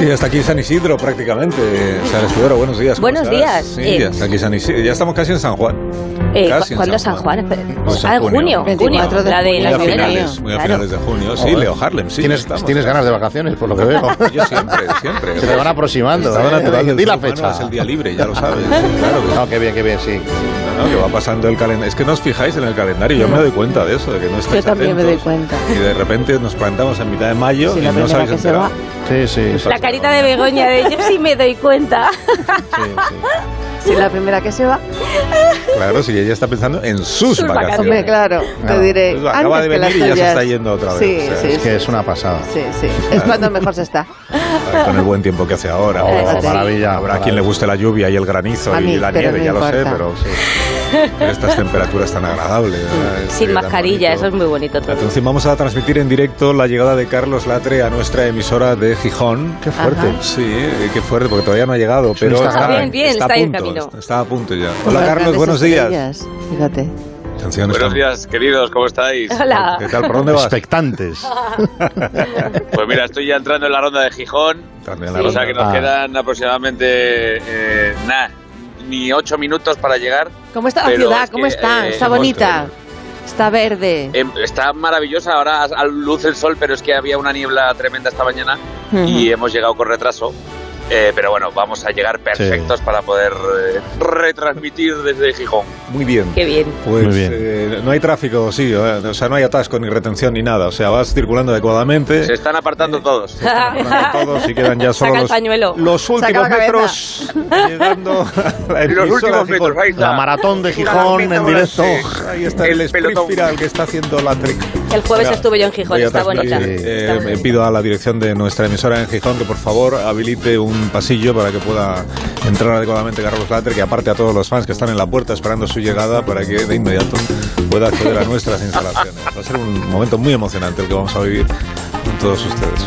Y hasta aquí San Isidro prácticamente. San Isidro, buenos días. ¿cómo Buenos estás? días, Sí, eh. hasta aquí San Isidro. Ya estamos casi en San Juan. Eh, Casi ¿cu- en ¿Cuándo es San Juan? Pues en ah, en junio, en junio, 24 de la de junio. Muy las a Jubilaciones. finales, muy a Claro. finales de junio. Sí, Joder. Leo Harlem, sí. tienes, estamos. tienes ganas de vacaciones, por lo que veo. Yo siempre, siempre. Se te van aproximando. Estaba ¿eh? natural del Di la ser humano, fecha. Es el día libre, ya lo sabes. Claro que No, qué bien, qué bien, sí. No, que va pasando el calendario. Es que no os fijáis en el calendario, yo me doy cuenta de eso, de que no estáis Yo también me doy atentos. cuenta. Y de repente nos plantamos en mitad de mayo Sí, y la no primera sabéis que se enterar. va. Sí, sí. La carita de Begoña de yo sí me doy cuenta. Sí, sí. Si la primera que se va, Claro, sí, ella está pensando en sus, Sus vacaciones. vacaciones. hombre, claro, Claro. te diré. Pues acaba antes de que las venir y ya se tuyas. está yendo otra vez, Sí, o sea, sí, Es que sí, es una pasada. sí, sí. Es cuando mejor se está. Ah, Con el buen tiempo que hace ahora. Eh, Oh, sí. maravilla. Habrá quien le guste la lluvia y el granizo A mí, y la pero nieve, no ya lo sé, importa. pero sí. Pero estas temperaturas tan agradables. ¿verdad? Este Sin tan mascarilla, eso bonito. es muy bonito todo. Entonces vamos a transmitir en directo la llegada de Carlos Latre a nuestra emisora de Gijón. Qué fuerte. Ajá. Sí, eh, qué fuerte, porque todavía no ha llegado, pero Instagram. está, Ah, bien, bien, está a está en punto, camino. está- Está a punto ya. Como Hola las Carlos, grandes buenos días. estrellas, Fíjate. Atención, Buenos estamos- días, queridos, ¿cómo estáis? Hola. ¿Qué tal? ¿Por dónde vas? Expectantes. Pues mira, estoy ya entrando en la ronda de Gijón, También la Sí. o sea que nos Ah. quedan aproximadamente, eh, nada, ni ocho minutos para llegar. ¿Cómo está la Pero ciudad? es que, ¿Cómo está? eh, está es bonita. Está verde. Em, Está maravillosa, ahora as- al- luce el sol, pero es que había una niebla tremenda esta mañana y hemos llegado con retraso. Eh, pero bueno, vamos a llegar perfectos para poder eh, retransmitir desde Gijón. Muy bien. Qué bien. Pues Muy bien. eh, no hay tráfico, sí, eh, o sea, no hay atasco ni retención ni nada, o sea, vas circulando adecuadamente. Se están apartando todos. Bueno, todos y quedan ya solo Saca el los, pañuelo. los últimos Saca la metros llegando a la Y los emisora últimos de Gijón. metros, ahí está. La maratón de Claramente Gijón en ahora directo. sí. Ahí está el, El sprint pelotón. viral que está haciendo la trick. El jueves estuve yo en Gijón, voy a está transmitir, bonita. eh, Está me bonita. pido a la dirección de nuestra emisora en Gijón que por favor habilite un pasillo para que pueda entrar adecuadamente Carlos Latre, que aparte a todos los fans que están en la puerta esperando su llegada para que de inmediato pueda acceder a nuestras instalaciones. Va a ser un momento muy emocionante el que vamos a vivir con todos ustedes.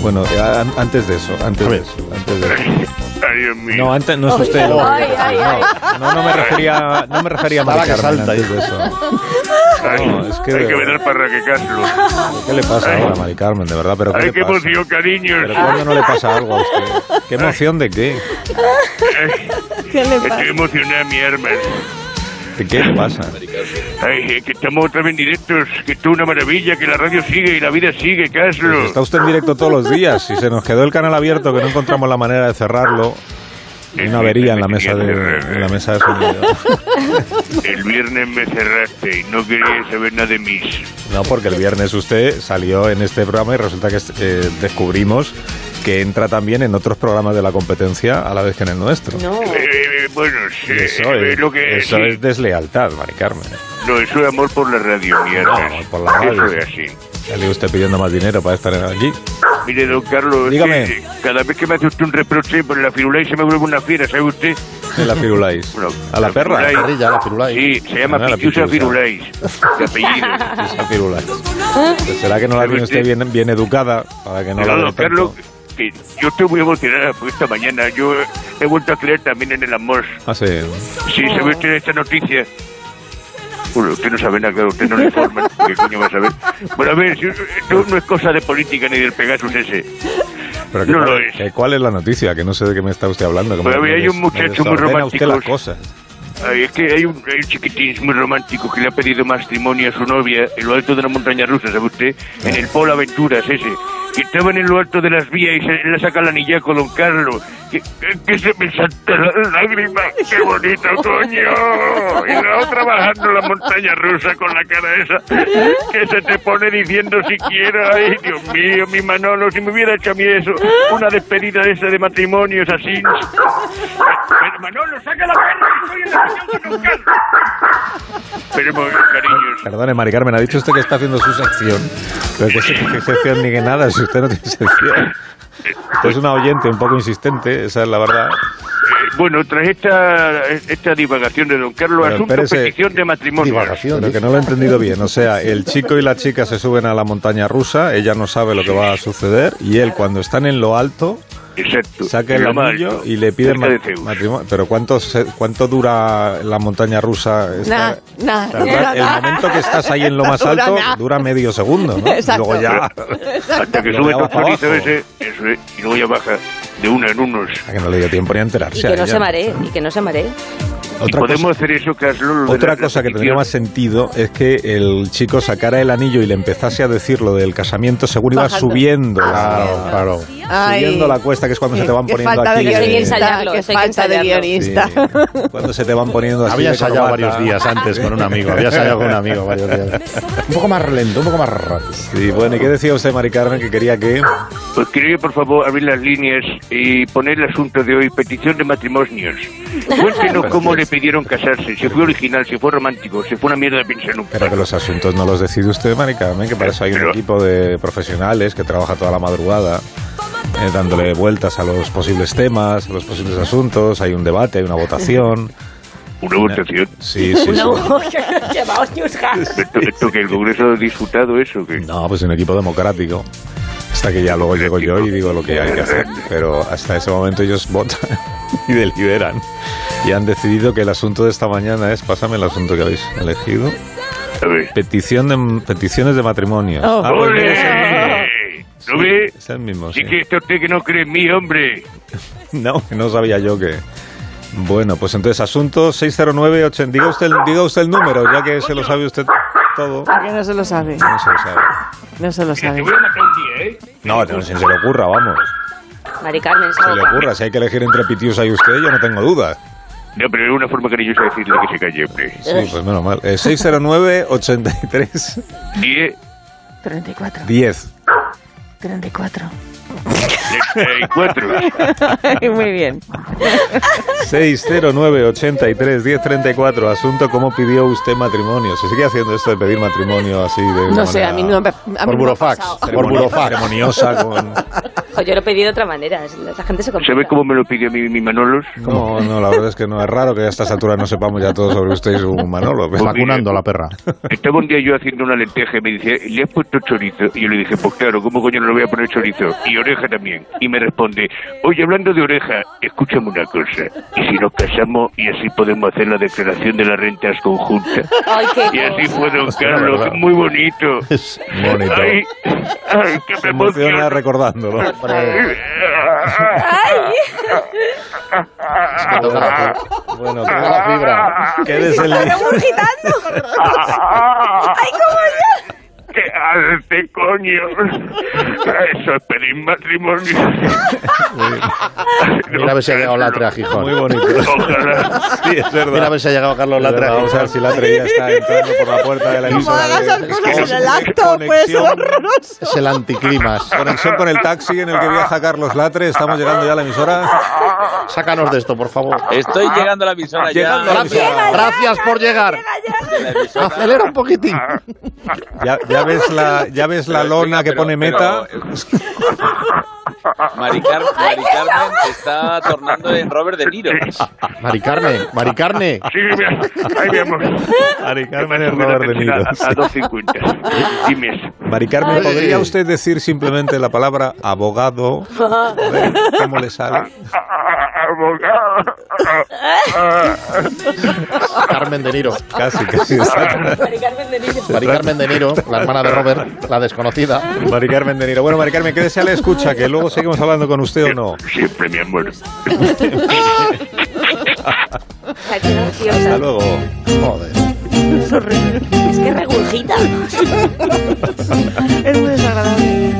Bueno, ya an- antes de eso, antes A de ver. eso, antes de eso. No, antes no es usted. Ay, ay, ay. No, no, no me refería, no me refería a Estaba Mari que Carmen salta ahí. antes de eso. Ay, No, es que- Hay que venir para requecarlo. ¿Qué le pasa Ay. ahora, Mari Carmen? De verdad, pero ¿qué Ay, le qué pasa? emoción, cariños. ¿Pero cuándo no le pasa algo a usted? ¿Qué emoción de qué? Ay, Estoy emocionada, mi arma. ¿De qué le pasa? Ay, eh, que estamos otra vez en directos. Que esto es una maravilla, que la radio sigue y la vida sigue, Pues Carlos. está usted en directo todos los días y se nos quedó el canal abierto que no encontramos la manera de cerrarlo. Hay una avería en la mesa de, en la mesa de sonido. El viernes me cerraste y no quería saber nada de mí. No, porque el viernes usted salió en este programa y resulta que eh, descubrimos que entra también en otros programas de la competencia a la vez que en el nuestro. Oh. No. Eh, eh, bueno, sí, Y Eso eh, es, lo que eso sí. es deslealtad, Mari Carmen. No, eso es amor por la radio, mi arma. amor por la radio. Eso es así. Salió usted pidiendo más dinero para estar aquí. Mire, don Carlos, Dígame. eh, cada vez que me hace usted un reproche por la firula y se me vuelve una fiera, ¿sabe usted? ¿Qué la firuláis? Bueno, ¿A la perra? firuláis. Parrilla, la pirula ahí. Sí, se llama Ah, la Pichusa Pichusa. Firulais, de apellido. Esa pirula. Pues ¿Será que no la tiene usted bien, bien educada para que no Pero, la don dé Carlos, tanto? que yo estoy muy emocionada porque esta mañana yo he vuelto a creer también en el amor. Ah, sí. Sí, se ve usted esta noticia. Bueno, usted no sabe nada, claro, usted no le informa, ¿qué coño va a saber? Bueno, a ver, si- no, no es cosa de política ni del Pegasus ese. Pero que No cuál, lo es. que ¿Cuál es la noticia? Que no sé de qué me está usted hablando. que me- Pero había me hay un des- me muchacho muy desordena usted las romántico. cosas. Ay, es que hay un, hay un chiquitín muy romántico que le ha pedido matrimonio a su novia en lo alto de una montaña rusa, ¿sabe usted? En el Polo Aventuras ese. Que estaban en lo alto de las vías y se le saca el anillaco, don Carlos. Que, que- que se me salta la lágrima. ¡Qué bonito, coño! Y la otra bajando la montaña rusa con la cara esa. Que se te pone diciendo siquiera, ay, Dios mío, mi Manolo, si me hubiera hecho a mí eso. Una despedida de esa de matrimonios así. Pero Manolo, saca la perra, estoy en la reunión con un caldo. Esperemos, cariños. Perdone, Mari Carmen, ha dicho usted que está haciendo su sección. Pero que se- que sección ni que nada, si usted no tiene sección. Usted es una oyente un poco insistente, esa es la verdad. Eh, bueno, tras esta, esta divagación de don Carlos, Pero asunto espérese. petición de matrimonio. Divagación. Pero que no lo he entendido bien. O sea, el chico y la chica se suben a la montaña rusa, ella no sabe lo que va a suceder y él cuando están en lo alto Exacto. Saca el en Lo anillo Alto, y le piden cerca ma- de Zeus. matrimonio. Pero ¿cuánto, se- cuánto dura la montaña rusa? Nah, Esta- nah, Claro, nah, el nah. momento que estás ahí en lo más No dura alto nada. dura medio segundo, ¿no? Y Exacto. Luego ya... Hasta que Lo sube de tu abajo abajo. chorizo ese, eso es, y luego ya baja de uno en unos. A que no le dio tiempo ni a enterarse. Y que no ya. se maree, y que no se maree. Y Otra podemos cosa, hacer eso, Carlos. otra cosa que tendría más sentido es que el chico sacara el anillo y le empezase a decir lo del casamiento, seguro iba Bajando. subiendo. Ah, Claro, la- claro. Ay. subiendo la cuesta, que es cuando se te van Qué poniendo falta aquí. de Eso hay que eh, ensayarlo, Qué eso hay que falta de ensayarlo. sí, guionista. cuando se te van poniendo así Había de ensayado corbata. varios días antes con un amigo. Había ensayado con un amigo varios días. Un poco más lento, un poco más rápido. Sí, bueno, ¿y qué decía usted, Mari Carmen, que quería que... Pues quería, por favor, abrir las líneas y poner el asunto de hoy, petición de matrimonios. Cuéntenos cómo pues, le pidieron casarse, si fue original, si fue romántico, si fue una mierda de pensar en un Pero que los asuntos no los decide usted, Mari Carmen, que para eso hay un Pero- equipo de profesionales que trabaja toda la madrugada eh, dándole vueltas a los posibles temas, a los posibles asuntos, hay un debate, hay una votación. Una votación. Sí, sí, sí. No, que vamos, Ñusga. Esto, esto que el Congreso ha disfrutado eso, que No, pues un equipo democrático. Hasta que ya luego llego yo y digo lo que hay que hacer. Pero hasta ese momento ellos votan y deliberan. Y han decidido que el asunto de esta mañana es, pásame el asunto que habéis elegido, a ver. petición de, peticiones de matrimonio. Oh. Ah, pues mira, es el mismo. ¡Ole! ¿Lo ve? Es el mismo, Sí sí. que esto usted que no cree en mí, hombre. No, que no sabía yo que... Bueno, pues entonces, asunto 609 80 Diga usted, el- diga usted el número, ya que se lo sabe usted todo. ¿Por qué no se lo sabe? No se lo sabe. No se lo Mira, te sabe. voy a matar un día, ¿eh? No, no, si se le ocurra, vamos. Mari Carmen, Se le ahoga. ocurra. Si hay que elegir entre Pitiusa y usted, yo no tengo dudas. No, pero es una forma cariñosa de decirle que se calle, hombre. Sí, pues menos mal. Eh, 609 83 10, 34, 10. 34. 34. Muy bien. 609 83 10 34. Asunto cómo pidió usted matrimonio. Se sigue haciendo esto de pedir matrimonio así de una No sé, a mí no me. manera a mí no Por me ha burofax. pasado. Por ceremoni- burofax. ceremoniosa con Jo, yo lo he pedido de otra manera, es- la gente se complica. ¿Sabes cómo me lo pidió mi, mi Manolos? No, no, la verdad es que no es raro que a estas alturas no sepamos ya todo sobre usted y su Manolo. pero- Vacunando a la perra. Estaba un día yo haciendo una lenteja y me dice, ¿le has puesto chorizo? Y yo le dije, pues claro, ¿cómo coño no le voy a poner chorizo? Y oreja también. Y me responde, oye, hablando de oreja, escúchame una cosa. ¿Y si nos casamos y así podemos hacer la declaración de las rentas conjuntas? Ay, qué Y así cosa. fue, don la Carlos, verdad. muy bonito. Es bonito. Ay, ay, qué Se me emociona emociona. recordándolo. toca la fibra. Bueno, Toca la fibra. quédese en línea. ¡Ay, cómo ¿Qué haces, coño? Eso es pedir matrimonio. Mira a ver si ha llegado Latre a Gijón. Muy bonito. Ojalá. Sí, es verdad. Mira a ver si ha llegado Carlos Es Latre verdad, a Vamos a ver Gijón. si pues, la ya está entrando por la puerta de la emisora. hagas de- esas cosas Es que en no el sé qué acto, pues. puede ser conexión- horroroso. Es el anticlimas. Conexión con el taxi en el que viaja Carlos Latre. Estamos llegando ya a la emisora. Sácanos de esto, por favor. Estoy llegando a la emisora ya. Llegando a la emisora. Gracias, gracias por llegar. La emisora. Acelera un poquitín. Ya, ya ves la, ya ves la Pero, lona que pero, pone meta. pero, Mari, Car- Mari Carmen se está tornando en Robert De Niro. Maricarne, Maricarne. Sí, mira, ahí vemos. Mari Carmen es Carmen Robert De Niro. A, a 2.50. Dime. Mari Carmen, Ay. ¿podría usted decir simplemente la palabra abogado? A ver, ¿Cómo le sale? Abogado. Carmen De Niro. Casi, casi. exacto. Mari Carmen de Niro. Maricarmen De Niro, la hermana de Robert, la desconocida. Mari Carmen De Niro. Bueno, Mari Carmen, quédese a la escucha, que luego seguimos hablando con usted o no. Siempre, mi amor. Ay, qué graciosa. Hasta luego. Joder. Es que regurgita. Es muy desagradable.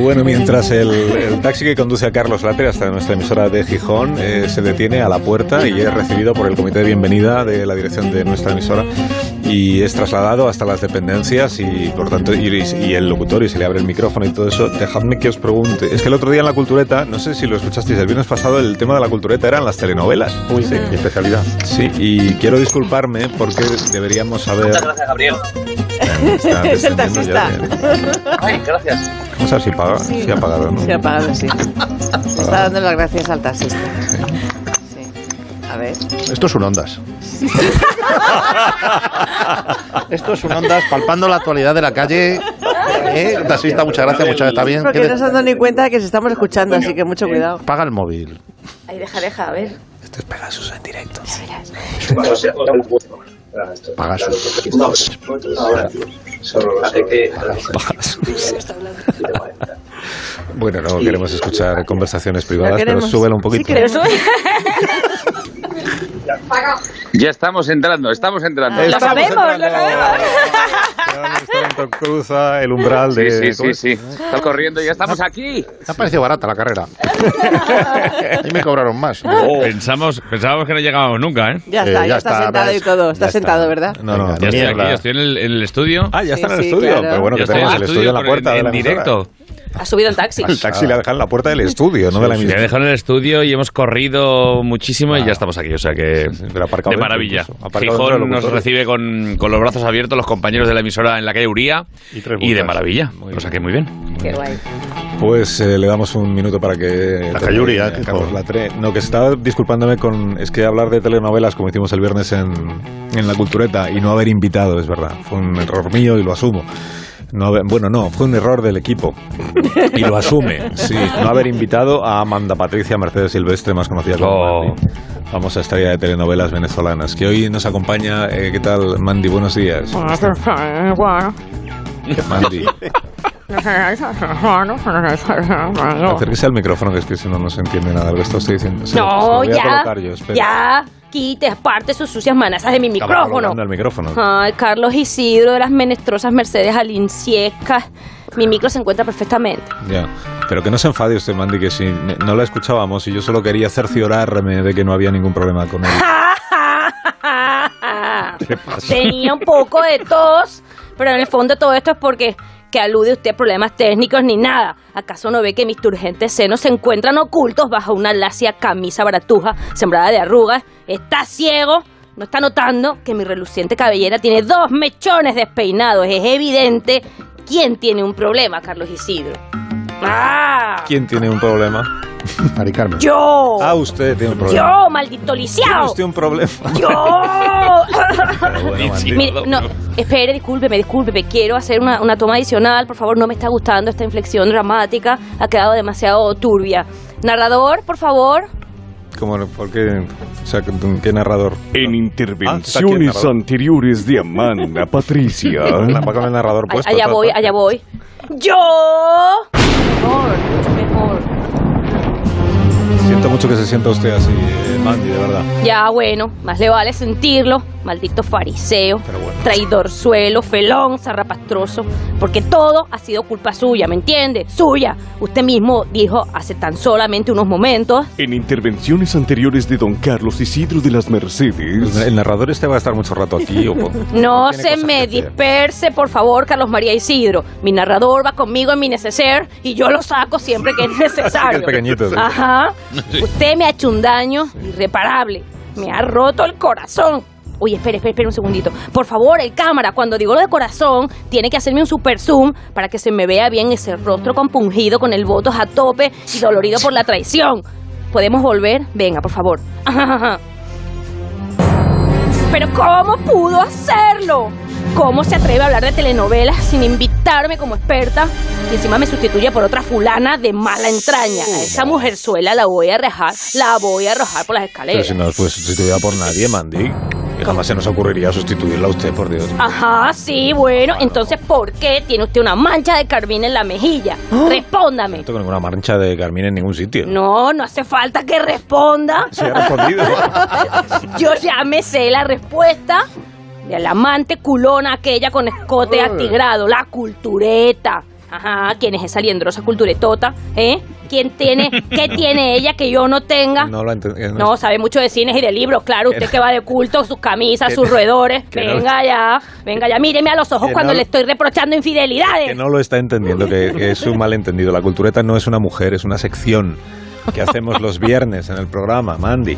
Bueno, mientras el, el taxi que conduce a Carlos Latre hasta nuestra emisora de Gijón eh, se detiene a la puerta y es recibido por el comité de bienvenida de la dirección de nuestra emisora y es trasladado hasta las dependencias y por tanto y, y el locutor y se le abre el micrófono y todo eso. Dejadme que os pregunte. Es que el otro día en la cultureta, no sé si lo escuchasteis, el viernes pasado el tema de la cultureta eran las telenovelas. Uy, sí, mi especialidad. Sí, y quiero disculparme porque deberíamos saber... Muchas gracias, Gabriel. Está Es el descendiendo ya de- Ay, gracias. Vamos a ver si paga. Sí ha pagado, ¿no? Se ha apagado, sí. Se está dando las gracias al taxista. Sí. A ver. Esto es un ondas. Esto es un ondas palpando la actualidad de la calle ¿Eh? Taxista, muchas gracias, muchas está bien. ¿Qué Porque te- no se han dado ni cuenta de que se estamos escuchando, así que mucho cuidado. Paga el móvil. Ahí, deja, deja, a ver. Esto es Pegasus en directo. Ya verás. Paga sus. Bueno, no queremos escuchar conversaciones privadas, pero queremos. súbelo un poquito. Sí queremos. Ya estamos entrando, estamos entrando. Lo Estamos sabemos, lo entrando. sabemos. Ya nuestro viento cruza el umbral Sí, de... sí, ¿cómo sí, es? sí. Está corriendo, ya estamos aquí. Me ha parecido barata la carrera. Y me cobraron más. Oh. Ah, Pensamos, pensábamos que no llegábamos nunca, ¿eh? Ya Eh, está, ya ya, está, está, sentado ¿verdad? y todo. Está Ya sentado, está. ¿verdad? No, no, Ya Ya estoy mierda. aquí, estoy en el, en el estudio. Ah, ya está en el Sí, sí, estudio, claro. pero bueno, Ya que estoy tenemos el estudio en la con puerta en, de la emisora. directo. Ha subido en taxi. El taxi le dejan en la puerta del estudio, no de la Me he emisora. dejado en el estudio y hemos corrido muchísimo y ya estamos aquí, o sea que sí, pero aparcado de dentro maravilla. incluso, aparcado dentro de Gijón nos locutores. recibe con, con los brazos abiertos los compañeros de la emisora en la calle Uría Y tres y de bucas. maravilla, Muy o sea que muy bien. Qué guay. Pues eh, le damos un minuto para que... La Cayuri, termine, ¿eh? Qué Carlos joder. Latre. No, que estaba disculpándome con... Es que hablar de telenovelas como hicimos el viernes en, en La Cultureta y no haber invitado, es verdad. Fue un error mío y lo asumo. No haber- bueno, no, fue un error del equipo. Y lo asume, sí. No haber invitado a Amanda Patricia Mercedes Silvestre, más conocida como Oh. Mandy. Vamos a estrella de telenovelas venezolanas, que hoy nos acompaña... eh, ¿Qué tal, Mandy? Buenos días. Mandy, acérquese al micrófono, que es que si no, no se entiende nada de lo que está usted diciendo. Se lo- se lo No, voy a ya. colocar yo, espera. Ya. Quite, aparte sus sucias manazas de mi Estaba micrófono. Ah. hablando al micrófono. Ay, Carlos Isidro de las menestrosas Mercedes Alinciescas. Mi micro se encuentra perfectamente. Ya. Pero que no se enfade usted, Mandy, que si ne- no la escuchábamos y yo solo quería cerciorarme de que no había ningún problema con él. Tenía un poco de tos, pero en el fondo todo esto es porque que alude usted a problemas técnicos ni nada. ¿Acaso no ve que mis turgentes senos se encuentran ocultos bajo una lacia camisa baratuja sembrada de arrugas? ¿Está ciego? ¿No está notando que mi reluciente cabellera tiene dos mechones despeinados? Es evidente quién tiene un problema, Carlos Isidro. ¡Ah! ¿Quién tiene un problema? Mari Carmen. ¡Yo! Ah, usted tiene un problema. ¡Yo, maldito ¿Tiene lisiado! usted un problema? ¡Yo! Pero bueno, Mandy. Mire, no, espere, discúlpeme, discúlpeme. Quiero hacer una, una toma adicional. Por favor, no me está gustando esta inflexión dramática. Ha quedado demasiado turbia. Narrador, por favor. ¿Cómo no? ¿Por qué? O sea, ¿qué narrador? En Ah, está aquí el intervenciones narrador. anteriores de Amanda Patricia. La va con el narrador A- puesto. allá pa- voy, pa- allá voy. Yo. Mejor, mucho mejor. Siento mucho que se sienta usted así, eh, Mandy, de verdad. Ya, bueno, más le vale sentirlo. Maldito fariseo, Pero bueno. traidor suelo, felón, zarrapastroso. Porque todo ha sido culpa suya, ¿me entiende? Suya. Usted mismo dijo hace tan solamente unos momentos En intervenciones anteriores de Don Carlos Isidro de las Mercedes. El narrador este va a estar mucho rato aquí, o po- No se tiene cosas que me hacer. disperse, por favor, Carlos María Isidro. Mi narrador va conmigo en mi neceser y yo lo saco siempre que es necesario. Es pequeñito, sí. Ajá. Usted me ha hecho un daño irreparable. Me ha roto el corazón. Oye, espere, espere, espere un segundito. Por favor, el cámara, cuando digo lo de corazón, tiene que hacerme un super zoom para que se me vea bien ese rostro compungido con el voto a tope y dolorido por la traición. ¿Podemos volver? Venga, por favor. Ajá, ajá. Pero ¿cómo pudo hacerlo? ¿Cómo se atreve a hablar de telenovelas sin invitarme como experta? Y encima me sustituye por otra fulana de mala entraña. A esa mujerzuela la voy a arrojar, la voy a arrojar por las Pero escaleras. si no fue sustituida por nadie, Mandy. que Jamás se nos ocurriría sustituirla a usted, por Dios. Ah. Ajá, sí, bueno, entonces ¿por qué tiene usted una mancha de carmín en la mejilla? ¡Ah! Respóndame. No tengo ninguna mancha de Carmín en ningún sitio. No, no hace falta que responda. Se ha respondido. Yo ya me sé la respuesta de la amante culona aquella con escote atigrado, la cultureta. Ajá, ¿quién es esa liendrosa culturetota? ¿Eh? ¿Quién tiene, qué tiene ella que yo no tenga? No lo ha entendido. No, sabe mucho de cines y de libros, claro. Usted que va de culto, sus camisas, que sus no- roedores. que no- Venga ya, venga ya. Míreme a los ojos que cuando no- le estoy reprochando que infidelidades. no lo está entendiendo, que que es un malentendido. La cultureta no es una mujer, es una sección que hacemos los viernes en el programa, Mandy.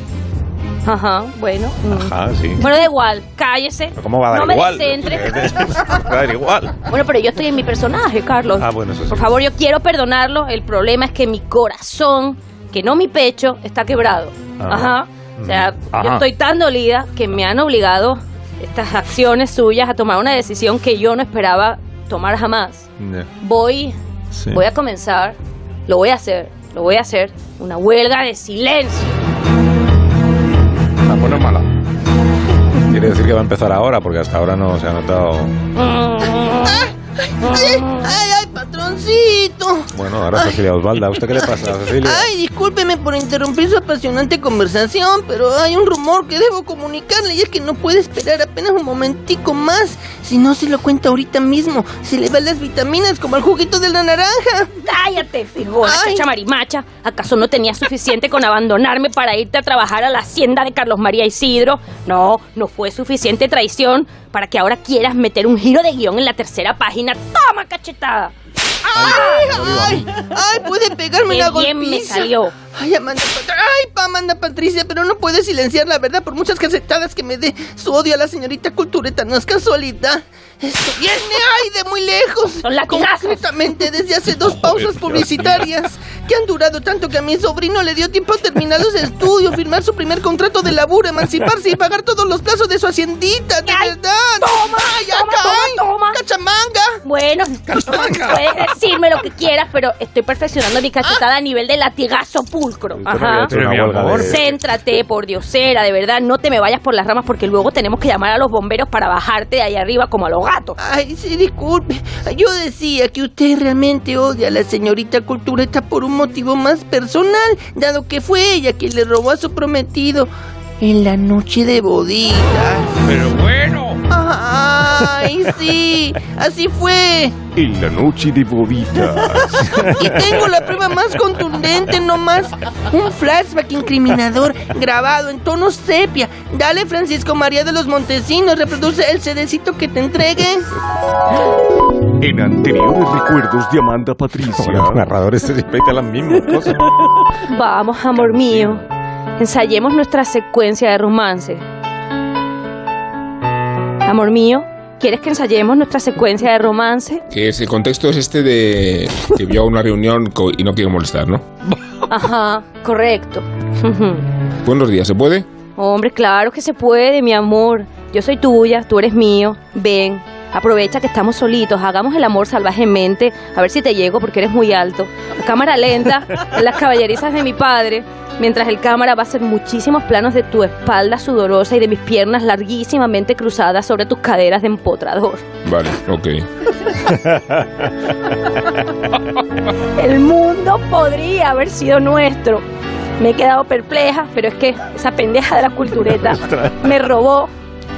Ajá, bueno. mm. Ajá, sí. Bueno, da igual, cállese. Pero ¿Cómo va a dar no me igual? descentre. va a dar igual. Bueno, pero yo estoy en mi personaje, Carlos. Ah, bueno, eso sí. Por favor, yo quiero perdonarlo. El problema es que mi corazón, que no mi pecho, está quebrado. Ah. Ajá. O sea, yo Ajá. estoy tan dolida que me han obligado estas acciones suyas a tomar una decisión que yo no esperaba tomar jamás. Ya. Voy, Sí. voy a comenzar, lo voy a hacer, lo voy a hacer, una huelga de silencio. La pone mala. Quiere decir que va a empezar ahora, porque hasta ahora no se ha notado. Ay, ay, patroncito. Bueno, ahora Cecilia Osvalda. ¿A usted qué le pasa, Cecilia? Ay, discúlpeme por interrumpir su apasionante conversación, pero hay un rumor que debo comunicarle y es que no puede esperar apenas un momentico más. Si no se lo cuenta ahorita mismo, se le van las vitaminas como al juguito de la naranja. ¡Cállate, figura! Chacha marimacha, ¿acaso no tenías suficiente con abandonarme para irte a trabajar a la hacienda de Carlos María Isidro? No, no fue suficiente traición para que ahora quieras meter un giro de guión en la tercera página. ¡Toma, cachetada! ¡Ay, ay! ¡Ay, puede pegarme Qué una bien me golpiza! salió. ¡Ay, Amanda Patricia! ¡Ay, pa, Amanda Patricia! Pero no puede silenciar la verdad por muchas casetadas que me dé su odio a la señorita Cultureta. No es casualidad. Esto viene, ay, de muy lejos. Son latigazos. Concretamente desde hace dos pausas Dios publicitarias que han durado tanto que a mi sobrino le dio tiempo a terminar los estudios, firmar su primer contrato de laburo, emanciparse y pagar todos los plazos de su haciendita, de verdad. ¡Toma! ¡Ay, toma, acá, toma, ay, ¡Cachamanga! Bueno, puedes decirme lo que quieras, pero estoy perfeccionando mi cachetada a nivel de latigazo pulcro. Ajá. Pero mi amor. Céntrate, por diosera, de verdad, no te me vayas por las ramas porque luego tenemos que llamar a los bomberos para bajarte de ahí arriba como a los gatos. Ay, sí, disculpe. Yo decía que usted realmente odia a la señorita Cultureta por un motivo más personal, dado que fue ella quien le robó a su prometido en la noche de bodita. Pero bueno. Ay, sí, así fue. En la noche de boditas. Y tengo la prueba más contundente nomás. Un flashback incriminador grabado en tono sepia. Dale, Francisco María de los Montesinos, reproduce el cedecito que te entregué. En anteriores recuerdos de Amanda Patricia. Los narradores se respetan las mismas cosas. Vamos, amor mío. Ensayemos nuestra secuencia de romance. Amor mío, ¿quieres que ensayemos nuestra secuencia de romance? Que es, el contexto es este de que vio a una reunión co- y no quiere molestar, ¿no? Ajá, correcto. Buenos días, ¿se puede? Hombre, claro que se puede, mi amor. Yo soy tuya, tú eres mío. Ven, aprovecha que estamos solitos, hagamos el amor salvajemente. A ver si te llego porque eres muy alto. A cámara lenta, en las caballerizas de mi padre. Mientras el cámara va a hacer muchísimos planos de tu espalda sudorosa y de mis piernas larguísimamente cruzadas sobre tus caderas de empotrador. Vale, ok. El mundo podría haber sido nuestro. Me he quedado perpleja, pero es que esa pendeja de la cultureta me robó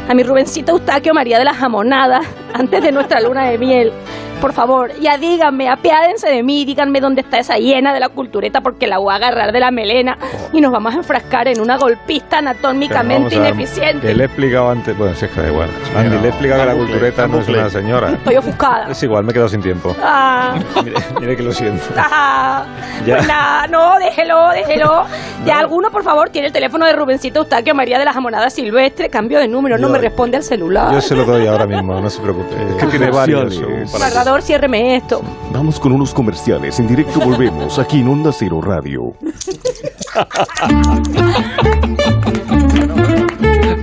a mi Rubencito Eustaquio María de la Jamonada antes de nuestra luna de miel. Por favor, ya díganme, apiádense de mí, díganme dónde está esa hiena de la cultureta porque la voy a agarrar de la melena y nos vamos a enfrascar en una golpista anatómicamente Vamos a ver, Que ineficiente. le he explicado antes. Bueno, sí, es que da igual. Andy, le he explicado que la cultureta no es una señora. Estoy ofuscada. Es igual, me he quedado sin tiempo. Ah. Mire, mire que lo siento. Ah, Ya. pues nada, no, déjelo, déjelo. Ya alguno, por favor, tiene el teléfono de Rubencito Eustaquio María de la Jamonada Silvestre. Cambio de número, no Yo- me responde al celular. Yo se lo doy ahora mismo, no se preocupe. Es que tiene varios. Comerciales. según para- Guardador, ciérreme esto. Vamos con unos comerciales. En directo volvemos aquí en Onda Cero Radio.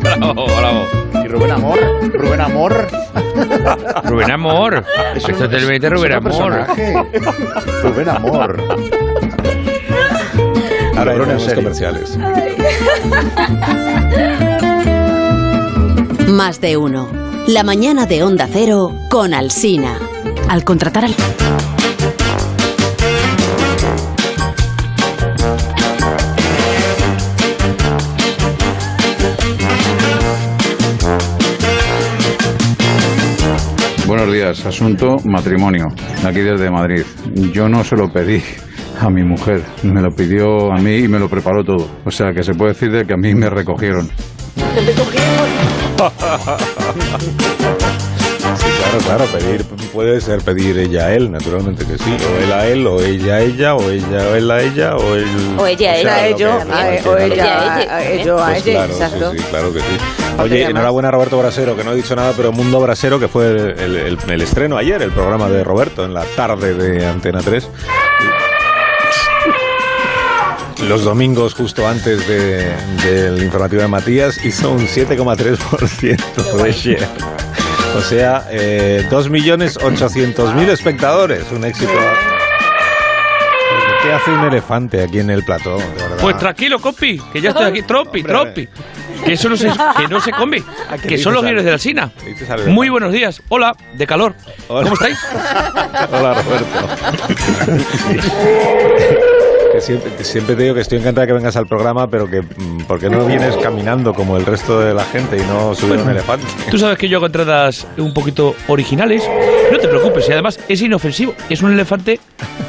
Bravo, bravo. Y Rubén Amor, Rubén Amor. Rubén Amor. Esto es del 20 Rubén otro Amor. personaje. Rubén Amor. Ahora tenemos comerciales. Más de uno. La mañana de Onda Cero con Alsina. Al contratar al... Buenos días, asunto matrimonio, aquí desde Madrid. Yo no se lo pedí a mi mujer, me lo pidió a mí y me lo preparó todo. O sea que se puede decir de que a mí me recogieron. Sí, claro, claro, pedir puede ser pedir ella a él, naturalmente que sí. O él a él, o ella a ella, o ella o él a ella, o él. O ella a él. sea, A lo que- ello, lo que a- sea, o lo que- ella a- a ello, a Pues ella, claro, sí, exacto. Sí, claro que sí. Oye, enhorabuena a Roberto Brasero, que no he dicho nada, pero Mundo Brasero, que fue el, el- el- el estreno ayer, el programa de Roberto, en la tarde de Antena 3. Los domingos, justo antes de- del informativo de Matías, hizo un 7,3% de share. O sea, eh, 2.800.000 espectadores. Un éxito. ¿Qué hace un elefante aquí en el plató? de verdad? Pues tranquilo, compi, que ya estoy aquí. Trompi, Hombre, trompi. Que eso no se, que no se come, Ah, que que dices son los algo. guiones de la Sina. Dices algo. Muy buenos días. Hola, de calor. ¿Cómo estáis? Hola, Roberto. Que siempre, que siempre te digo que estoy encantada que vengas al programa, pero que mm, ¿por qué no vienes caminando como el resto de la gente y no subir un elefante? Tú sabes que yo hago entradas un poquito originales. No te preocupes, y además es inofensivo. Es un elefante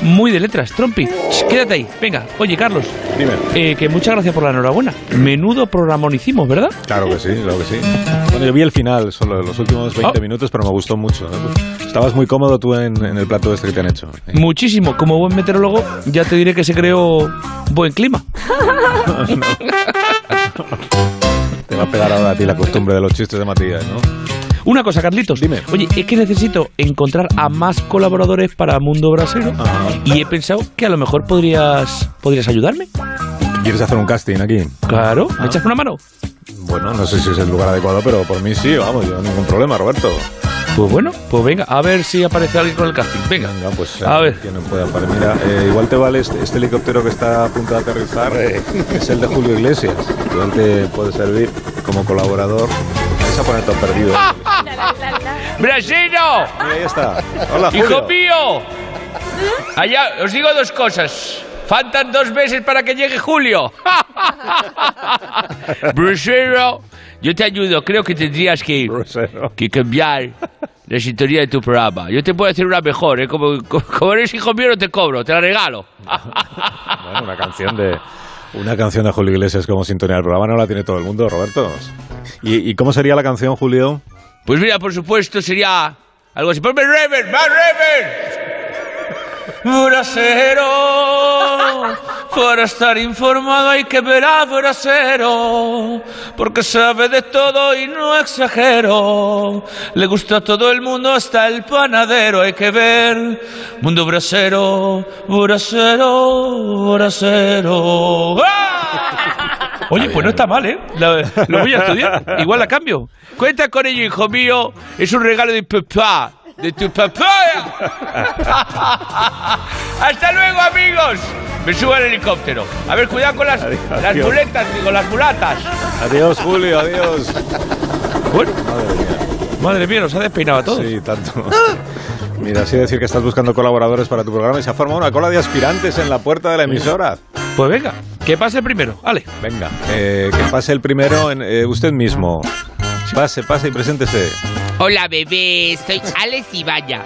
muy de letras. Trompi, sh, quédate ahí. Venga, oye, Carlos. Dime. eh, que muchas gracias por la enhorabuena. Menudo programón hicimos, ¿verdad? Claro que sí, claro que sí. Bueno, yo vi el final, solo de los últimos 20 Oh. minutos, pero me gustó mucho. ¿eh? Estabas muy cómodo tú en, en el plato este que te han hecho. Muchísimo. Como buen meteorólogo, ya te diré que se creó buen clima. Te va a pegar ahora a ti la costumbre de los chistes de Matías, ¿no? Una cosa, Carlitos. Dime. Oye, es que necesito encontrar a más colaboradores para Mundo Brasero Ah. y he pensado que a lo mejor podrías, podrías ayudarme. ¿Quieres hacer un casting aquí? Claro. ¿Me echas una mano? Bueno, no sé si es el lugar adecuado, pero por mí sí, vamos, yo ningún problema, Roberto. Pues bueno, pues venga, a ver si aparece alguien con el casting. Venga. pues a ver. Que no pueda parar. Mira, eh, igual te vale este, este helicóptero que está a punto de aterrizar, es el de Julio Iglesias. Igual te puede servir como colaborador. Vas a poner todo perdido. Ah. ¡Brasero! ahí está. Hola, ¡Hijo Julio. mío! Allá, os digo dos cosas. Faltan dos meses para que llegue julio. Brasero, yo te ayudo. Creo que tendrías que, que cambiar la sintonía de tu programa. Yo te puedo hacer una mejor. ¿eh? Como, como- como eres hijo mío, no te cobro, te la regalo. Bueno, una canción de... Una canción de Julio Iglesias como sintonía del programa no la tiene todo el mundo, Roberto. ¿Y, y cómo sería la canción, Julio? Pues mira, por supuesto, sería algo así. ¡Ponme Reven! ¡Más Reven! Brasero, para estar informado hay que ver a Brasero, porque sabe de todo y no exagero. Le gusta a todo el mundo, hasta el panadero. Hay que ver Mundo Brasero, Brasero, Brasero. ¡Ah! Oye, pues no está mal, ¿eh? La- lo voy a estudiar. Igual la cambio. Cuenta con ello, hijo mío. Es un regalo de papá. De tu papá. Hasta luego, amigos. Me subo al helicóptero. A ver, cuidado con las, las adiós. muletas, digo, las mulatas. Adiós, Julio, adiós. Bueno, madre mía, nos ha despeinado a todos. Sí, tanto. Mira, así decir que estás buscando colaboradores para tu programa y se ha formado una cola de aspirantes en la puerta de la emisora. Pues venga, que pase primero. Ale. Venga, eh, que pase el primero en, eh, usted mismo. Pase, pase y preséntese. Hola bebé, soy Alex Ibaya.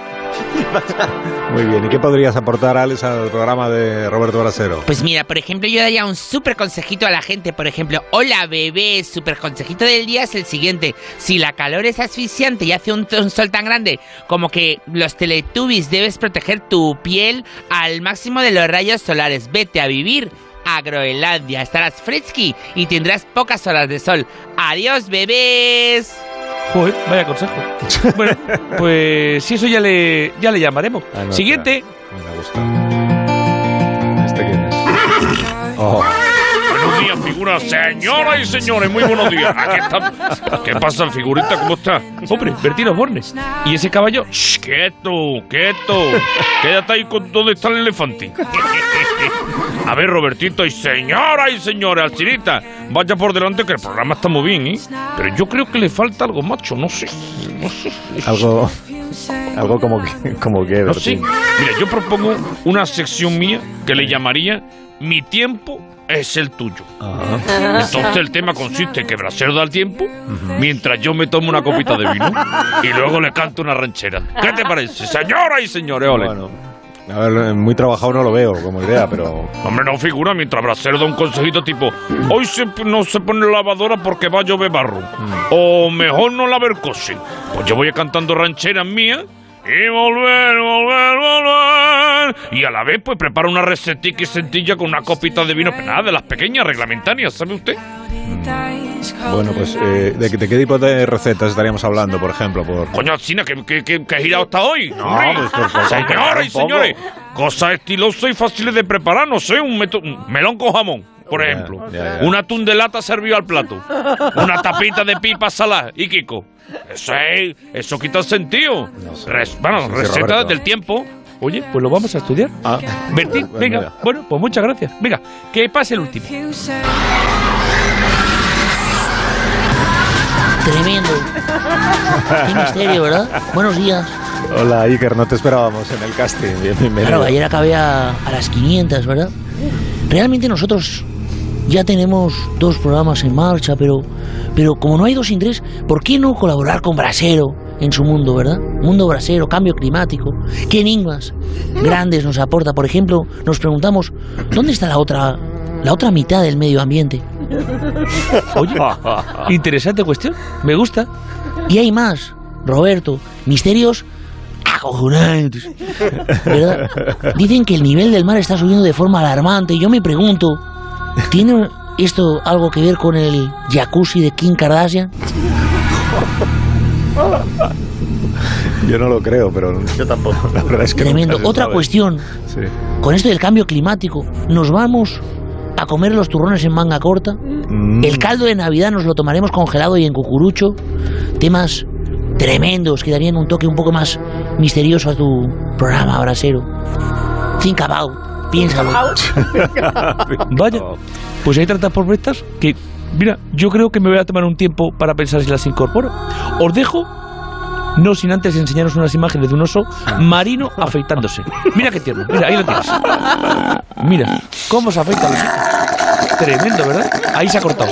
Muy bien, ¿y qué podrías aportar, Alex, al programa de Roberto Brasero? Pues mira, por ejemplo, yo daría un súper consejito a la gente. Por ejemplo, hola bebé, súper consejito del día es el siguiente. Si la calor es asfixiante y hace un, un sol tan grande como que los teletubbies debes proteger tu piel al máximo de los rayos solares. Vete a vivir a Groenlandia, estarás fresqui y tendrás pocas horas de sol. Adiós bebés. Joder, vaya consejo. Bueno, pues si eso ya le, ya le llamaremos. Ah, no, Siguiente. ¿Este quién es? Oh, Buenos días, figura. Señoras y señores, muy buenos días. Aquí estamos. ¿Qué pasa, figurita? ¿Cómo está? Hombre, Bertino Bornes. ¿Y ese caballo? Shh, quieto, quieto. Quédate ahí con donde está el elefante. A ver, Robertito, y señoras y señores, Alcinita, vaya por delante que el programa está muy bien, ¿eh? Pero yo creo que le falta algo, macho, no sé. No sé. algo, algo como que, como que No sé. Bertín. Mira, yo propongo una sección mía que le llamaría Mi tiempo es el tuyo. Entonces el tema consiste en que Brasero da el tiempo mientras yo me tomo una copita de vino y luego le canto una ranchera. ¿Qué te parece, señoras y señores? Ole. A ver, muy trabajado no lo veo como idea, pero... Hombre, no figura mientras Brasero da un consejito tipo: Hoy se- no se pone la lavadora porque va a llover barro. O mejor no lave el coche. Pues yo voy cantando rancheras mías. Y volver, volver, volver. Y a la vez, pues preparo una recetica y sentilla con una copita de vino. Pero nada, de las pequeñas reglamentarias, ¿sabe usted? Bueno, pues, eh, ¿de, qué- de qué tipo de recetas estaríamos hablando, por ejemplo? Por... Coño, China, que, que, que, que girado está hoy. hombre. pues, por favor, Señoras y un poco. señores, cosas estilosas y fáciles de preparar, no sé, un, meto- un melón con jamón. por ejemplo. Un atún de lata servido al plato. Una tapita de pipa salada y Kiko. Eso, es- eso quita el sentido. Res- bueno, Sí, sí, receta Roberto. del tiempo. Oye, pues lo vamos a estudiar. Bertín, Pues venga. mira. Bueno, pues muchas gracias. Venga, que pase el último. Tremendo. Qué misterio, ¿verdad? Buenos días. Hola Iker, no te esperábamos en el casting. Bien- Bienvenido. Claro, ayer acabé a, a las 500, ¿verdad? Realmente nosotros ya tenemos dos programas en marcha, pero, pero como no hay dos sin tres, ¿por qué no colaborar con Brasero en su mundo, ¿verdad? Mundo Brasero, cambio climático. ¿Qué enigmas grandes nos aporta? Por ejemplo, nos preguntamos, ¿dónde está la otra, la otra mitad del medio ambiente? Oye, Ah. interesante cuestión. Me gusta. Y hay más, Roberto, misterios acojonantes. ¿Verdad? Dicen que el nivel del mar está subiendo de forma alarmante. y Yo me pregunto, ¿tiene esto algo que ver con el jacuzzi de Kim Kardashian? Yo no lo creo, pero. Yo tampoco. La verdad es que. Tremendo. nunca se Otra sabe. cuestión, Sí. con esto del cambio climático, ¿nos vamos a comer los turrones en manga corta? Mm, Mm. El caldo de Navidad nos lo tomaremos congelado y en cucurucho. Temas tremendos que darían un toque un poco más misterioso a tu programa, brasero. Think about, piénsalo. Vaya. Oh. Pues hay tantas propuestas que, mira, yo creo que me voy a tomar un tiempo para pensar si las incorporo. Os dejo, no sin antes enseñaros unas imágenes de un oso Ah. marino afeitándose. Mira qué tierno. Mira, ahí lo tienes. Mira, cómo se afeitan los osos. Tremendo, ¿verdad? Ahí se ha cortado.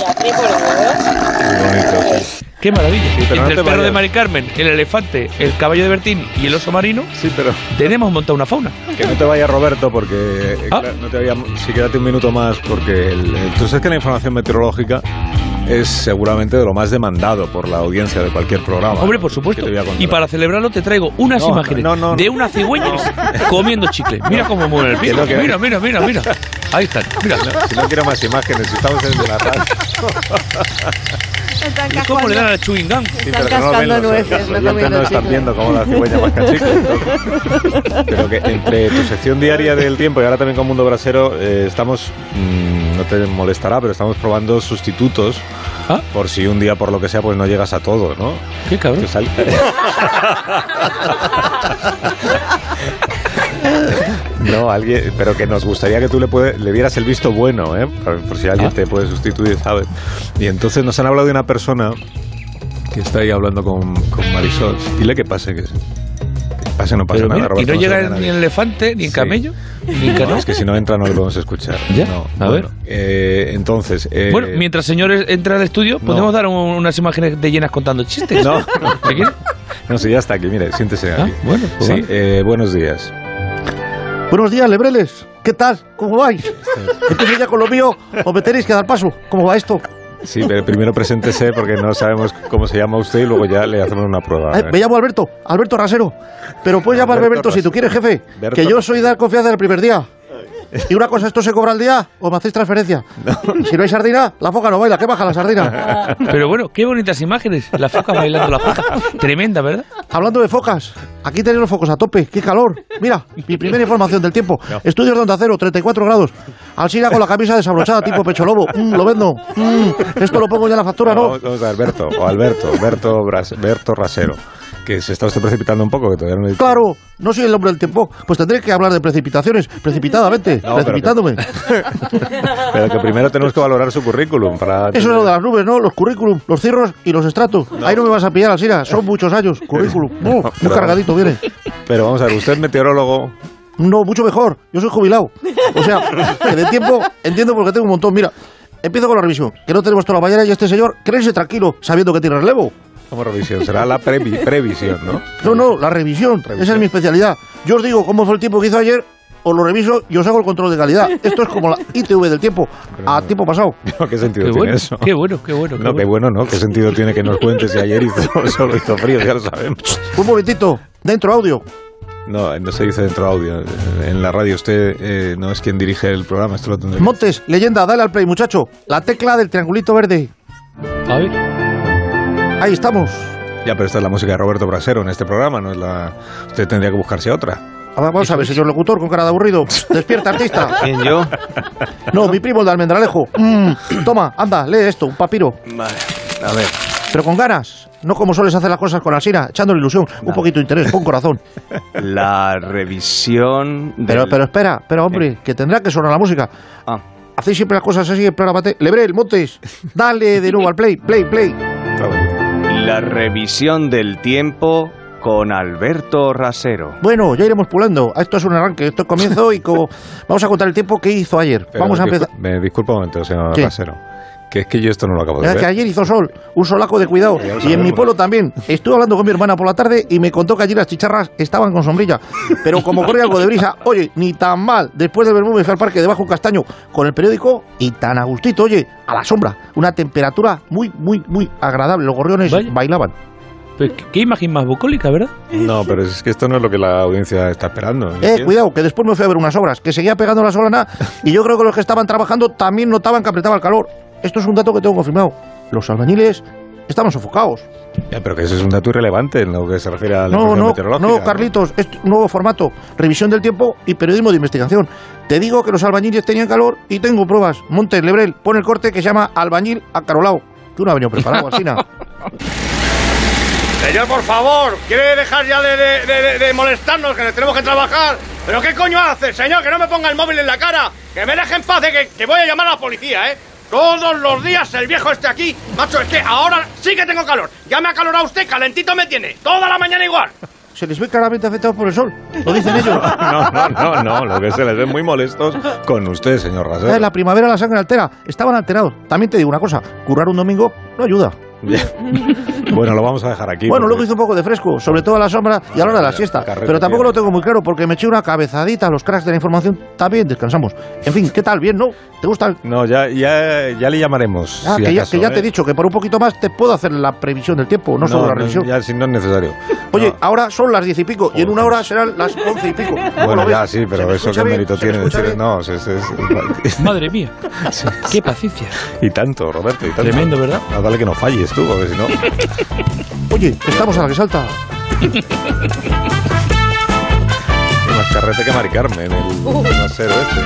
Qué maravilla. pero no Entre te el perro de vayas. Mari Carmen, el elefante, el caballo de Bertín y el oso marino, sí, pero tenemos montada una fauna. Que no te vaya Roberto, porque eh, Ah. claro, no te vaya, sí, quédate un minuto más, porque el- el- tú sabes que la información meteorológica es seguramente de lo más demandado por la audiencia de cualquier programa. Hombre, por supuesto. Y para celebrarlo te traigo unas No, imágenes no, no, de una cigüeña comiendo chicle. Mira cómo mueve el pie. Que no, que- Mira, mira, mira, mira. Ahí están. Mira. No, si no quiero más imágenes, estamos en la tarde. ¿Y cómo le dan al chewing gum? Sí, pero que no lo ven los, los oyentes no están viendo cómo la cigüeña masca chicle. Entonces, Pero que entre tu sección diaria del tiempo y ahora también con Mundo Brasero, eh, estamos, mm, no te molestará, pero estamos probando sustitutos por si un día, por lo que sea, pues no llegas a todo, ¿no? Qué cabrón. No, alguien, pero que nos gustaría que tú le, puede- le dieras el visto bueno, ¿eh? Por, por si Ah. alguien te puede sustituir, ¿sabes? Y entonces nos han hablado de una persona que está ahí hablando con, con Marisol. Dile que pase, que, que pase, no pasa Pero nada. mira, y Roberto, no se llega oye a ni nadie. el elefante, ni el Sí. camello, ni el No, canal. es que si no entra no lo podemos escuchar. Ya, No, a ver. eh, entonces. eh, Bueno, mientras señores entra al estudio, podemos dar un- unas imágenes de llenas contando chistes. No. ¿Te quieres? No, sí, ya está aquí, mire, siéntese aquí. bueno, pues sí, vale. eh, buenos días. Buenos días, lebreles. ¿Qué tal? ¿Cómo vais? ¿Empiezo ya con lo mío o me tenéis que dar paso? ¿Cómo va esto? Sí, pero primero preséntese porque no sabemos cómo se llama usted y luego ya le hacemos una prueba. Eh, me llamo Alberto, Alberto Rasero. Pero puedes llamarme Alberto Alberto si tú quieres, jefe. Berto Que yo soy de dar confianza del primer día. Y una cosa, ¿esto se cobra al día o me hacéis transferencia? Si no hay sardina, la foca no baila. ¿Qué baja la sardina? Pero bueno, qué bonitas imágenes. La foca bailando la foca. Tremenda, ¿verdad? Hablando de focas, aquí tenéis los focos a tope, qué calor. Mira, mi primera información del tiempo. Estudios de onda cero, 34 grados. Alcina con la camisa desabrochada, tipo pecho lobo. Mm, lo vendo. Mm, esto lo pongo ya en la factura, ¿no? Vamos, vamos a Alberto, o Alberto, Alberto, Bras- Berto Rasero, que se está usted precipitando un poco, que todavía no he dicho. Claro, no soy el hombre del tiempo. Pues tendré que hablar de precipitaciones, precipitadamente, No, pero precipitándome. Pero que primero tenemos que valorar su currículum para... Eso es lo de las nubes, ¿no? Los currículum, los cirros y los estratos. Ahí no me vas a pillar, Alcina. Son muchos años. Currículum. Oh, muy pero- cargadito viene. Pero vamos a ver, usted es meteorólogo. No, mucho mejor. Yo soy jubilado. O sea, que de tiempo entiendo porque tengo un montón. Mira, empiezo con la revisión. Que no tenemos toda la mañana y este señor créese tranquilo sabiendo que tiene relevo. Como revisión, será la previ- previsión, ¿no? No, no, la revisión. Esa es mi especialidad. Yo os digo cómo fue el tiempo que hizo ayer, os lo reviso y os hago el control de calidad. Esto es como la ITV del tiempo, a tiempo pasado. No, ¿Qué sentido Qué tiene bueno, eso? qué bueno, qué bueno. No, qué bueno, ¿no? ¿Qué sentido tiene que nos cuentes si ayer hizo, solo hizo frío? Ya lo sabemos. Un momentito, dentro audio. No, no se dice dentro audio. En la radio usted eh, no es quien dirige el programa, esto lo tendré que- Montes, leyenda, dale al play, muchacho. La tecla del triangulito verde. A ver. Ahí estamos. Ya, pero esta es la música de Roberto Brasero en este programa, no es la... Usted tendría que buscarse otra. Ah, Vamos a ver, señor locutor, con cara de aburrido. Despierta, artista. ¿Quién, yo? No, mi primo, el de Almendralejo. Mm, Toma, anda, lee esto, un papiro. Vale, a ver. Pero con ganas. No como sueles hacer las cosas con Alsina, echándole ilusión, un poquito de interés, con corazón. La revisión del... Pero, pero espera, pero hombre, que tendrá que sonar la música. Ah. Hacéis siempre las cosas así, el programa te... Lebrel, Montes, dale de nuevo al play, play, play. La revisión del tiempo con Alberto Rasero. Bueno, ya iremos pulando. Esto es un arranque, esto es comienzo y como... vamos a contar el tiempo que hizo ayer. Pero vamos a discul- empezar. Me disculpa un momento, señor Sí. Rasero. Que es que yo esto no lo acabo de Pues Mira ver. que ayer hizo sol, un solaco de cuidado. Y Ya lo en mi sabemos. pueblo también. Estuve hablando con mi hermana por la tarde y me contó que allí las chicharras estaban con sombrilla. Pero como corre algo de brisa, oye, ni tan mal. Después del vermú me fui al parque debajo de un castaño con el periódico y tan a gustito, oye, a la sombra. Una temperatura muy, muy, muy agradable. Los gorriones bailaban. pues, ¿Qué imagen más bucólica, verdad? No, pero es que esto no es lo que la audiencia está esperando. Eh, cuidado, que después me fui a ver unas obras, que seguía pegando la solana y yo creo que los que estaban trabajando también notaban que apretaba el calor. Esto es un dato que tengo confirmado. Los albañiles estaban sofocados. Ya, pero que eso es un dato irrelevante en lo que se refiere a la No, información no, meteorológica. no, Carlitos, es un nuevo formato, revisión del tiempo y periodismo de investigación. Te digo que los albañiles tenían calor y tengo pruebas. Montes Lebrel, pon el corte que se llama Albañil Acarolao. Tú no has venido preparado, Asina. Señor, por favor, ¿quiere dejar ya de, de- de- de molestarnos que tenemos que trabajar? ¿Pero qué coño hace, señor? Que no me ponga el móvil en la cara. Que me deje en paz, eh, que, que voy a llamar a la policía, ¿eh? Todos los días el viejo este aquí. Macho, es que ahora sí que tengo calor. Ya me ha calorado usted, calentito me tiene. Toda la mañana igual. Se les ve claramente afectados por el sol, lo dicen ellos. No, no, no, no, lo que se les ve muy molestos con usted, señor Ya en Rasero. la primavera la sangre altera, estaban alterados. También te digo una cosa, currar un domingo no ayuda. Bueno, lo vamos a dejar aquí. Bueno, porque- luego hizo un poco de fresco, sobre todo a la sombra y a la hora de la siesta. carrete Pero tampoco tiene. lo tengo muy claro porque me eché una cabezadita a los cracks de la información. También descansamos. En fin, ¿qué tal? ¿Bien, no? ¿Te gusta el No, ya, ya, ya le llamaremos. Ah, si que, ya, acaso, que ya te he ¿eh? dicho que por un poquito más te puedo hacer la previsión del tiempo, no, solo la revisión. ya, si no es necesario. Oye, ahora son las diez y pico y en una hora serán las once y pico. ¿Cómo Ah, lo Bueno, ves? ya sí, pero eso escucha qué bien? mérito tiene escucha decir, no, es- es- es- Madre mía. Qué paciencia. y tanto, Roberto, y tanto. Tremendo, ¿verdad? No, dale que no falles tú, porque si no. Oye, estamos a la que salta. Hay más carrete que maricarme en Uh. el trasero este.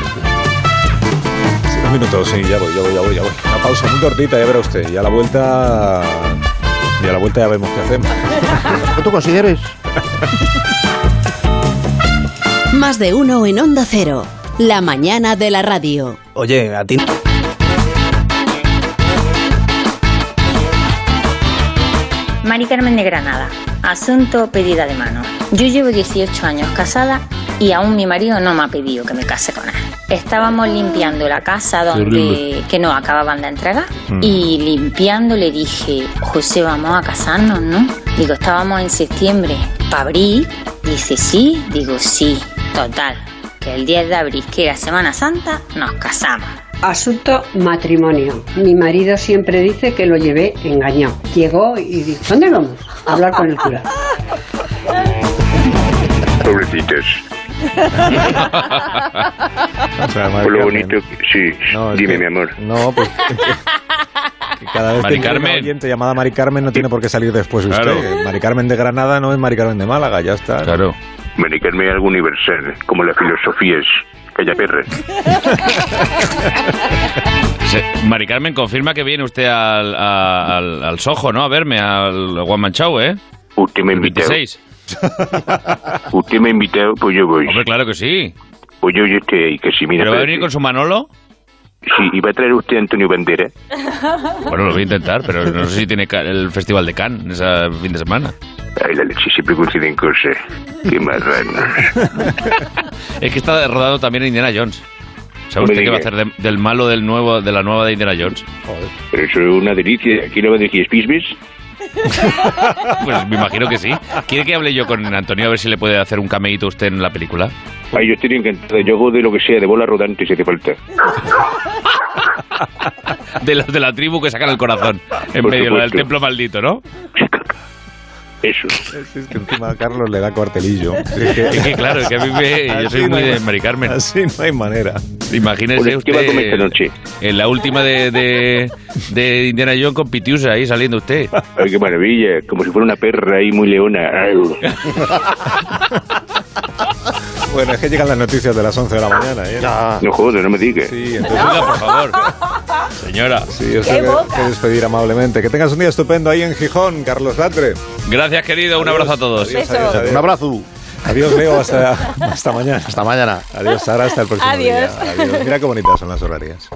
Dos minutos, sí, ya voy, ya voy, ya voy, ya voy. Una pausa muy cortita, ya verá usted. Y a la vuelta. Y a la vuelta ya vemos qué hacemos. Lo que tú consideres. Más de uno en Onda Cero. La mañana de la radio. Oye, a ti... Mari Carmen de Granada. Asunto pedida de mano. Yo llevo 18 años casada y aún mi marido no me ha pedido que me case con él. Estábamos limpiando la casa donde Terrible. que no acababan de entregar Mm. y limpiando le dije, José, vamos a casarnos, ¿no? Digo, estábamos en septiembre. ¿Para abril? Dice, sí. Digo, sí. Total. Que el 10 de abril, que era Semana Santa, nos casamos. Asunto matrimonio. Mi marido siempre dice que lo llevé engañado. Llegó y dijo, ¿dónde vamos? A hablar con el cura. Pobrecitos. O sea, Por Mari lo Carmen. bonito, que- sí. Dime, mi amor. No, pues. que Cada vez Mari que tiene una Carmen. oyente llamada Mari Carmen no tiene por qué salir después usted. Eh, Claro. Mari Carmen de Granada no es Mari Carmen de Málaga, ya está. Claro. Medicarme algo universal, como la filosofía es. Calla perra. Se- Mari Carmen confirma que viene usted al, a- al, al Soho, ¿no? A verme, al One Man Show, ¿eh? Usted me ha invitado. 26. Usted me ha invitado, pues yo voy. Hombre, claro que sí. Pues yo, yo estoy ahí, que si mira. ¿Pero va a espérate. venir con su Manolo? Sí, y va a traer usted a Antonio Bandera. Bueno, lo voy a intentar, pero no sé si tiene ca- el Festival de Cannes ese fin de semana. Ay, la leche, siempre coinciden cosas. Qué marranos. Es que está rodado también Indiana Jones. No ¿Sabe me usted qué va a diga. hacer de- del malo del nuevo, de la nueva de Indiana Jones? Pero eso es una delicia. ¿Aquí le va a decir Spisbis? Pues me imagino que sí. ¿Quiere que hable yo con Antonio a ver si le puede hacer un cameíto a usted en la película? Ay, yo estoy encantado. Yo hago de lo que sea, de bola rodante si hace falta. De los de la tribu que sacan el corazón en Por medio, la del supuesto. templo maldito, ¿no? Eso. Es que encima a Carlos le da cuartelillo. Es Es que claro, es que a mí me- yo Así soy muy hay- de Mari Carmen. Así no hay manera. Imagínese Ah, Pues, ¿qué usted va a comer esta noche? en la última de, de, de Indiana Jones con Pitiusa ahí saliendo usted. Ay, qué maravilla. Como si fuera una perra ahí muy leona. Ay. Bueno, es que llegan las noticias de las 11 de la mañana. ¿eh? No joder, no me digas. Sí, entonces- Oiga, por favor. Señora. Sí, os tengo que despedir amablemente. Que tengas un día estupendo ahí en Gijón, Carlos Latre. Gracias, querido. Un abrazo a todos. Adiós, adiós, adiós. Un abrazo. Adiós, Leo. Hasta, hasta mañana. Hasta mañana. Adiós, Sara. Hasta el próximo Adiós. día. Adiós. Mira qué bonitas son las horarias.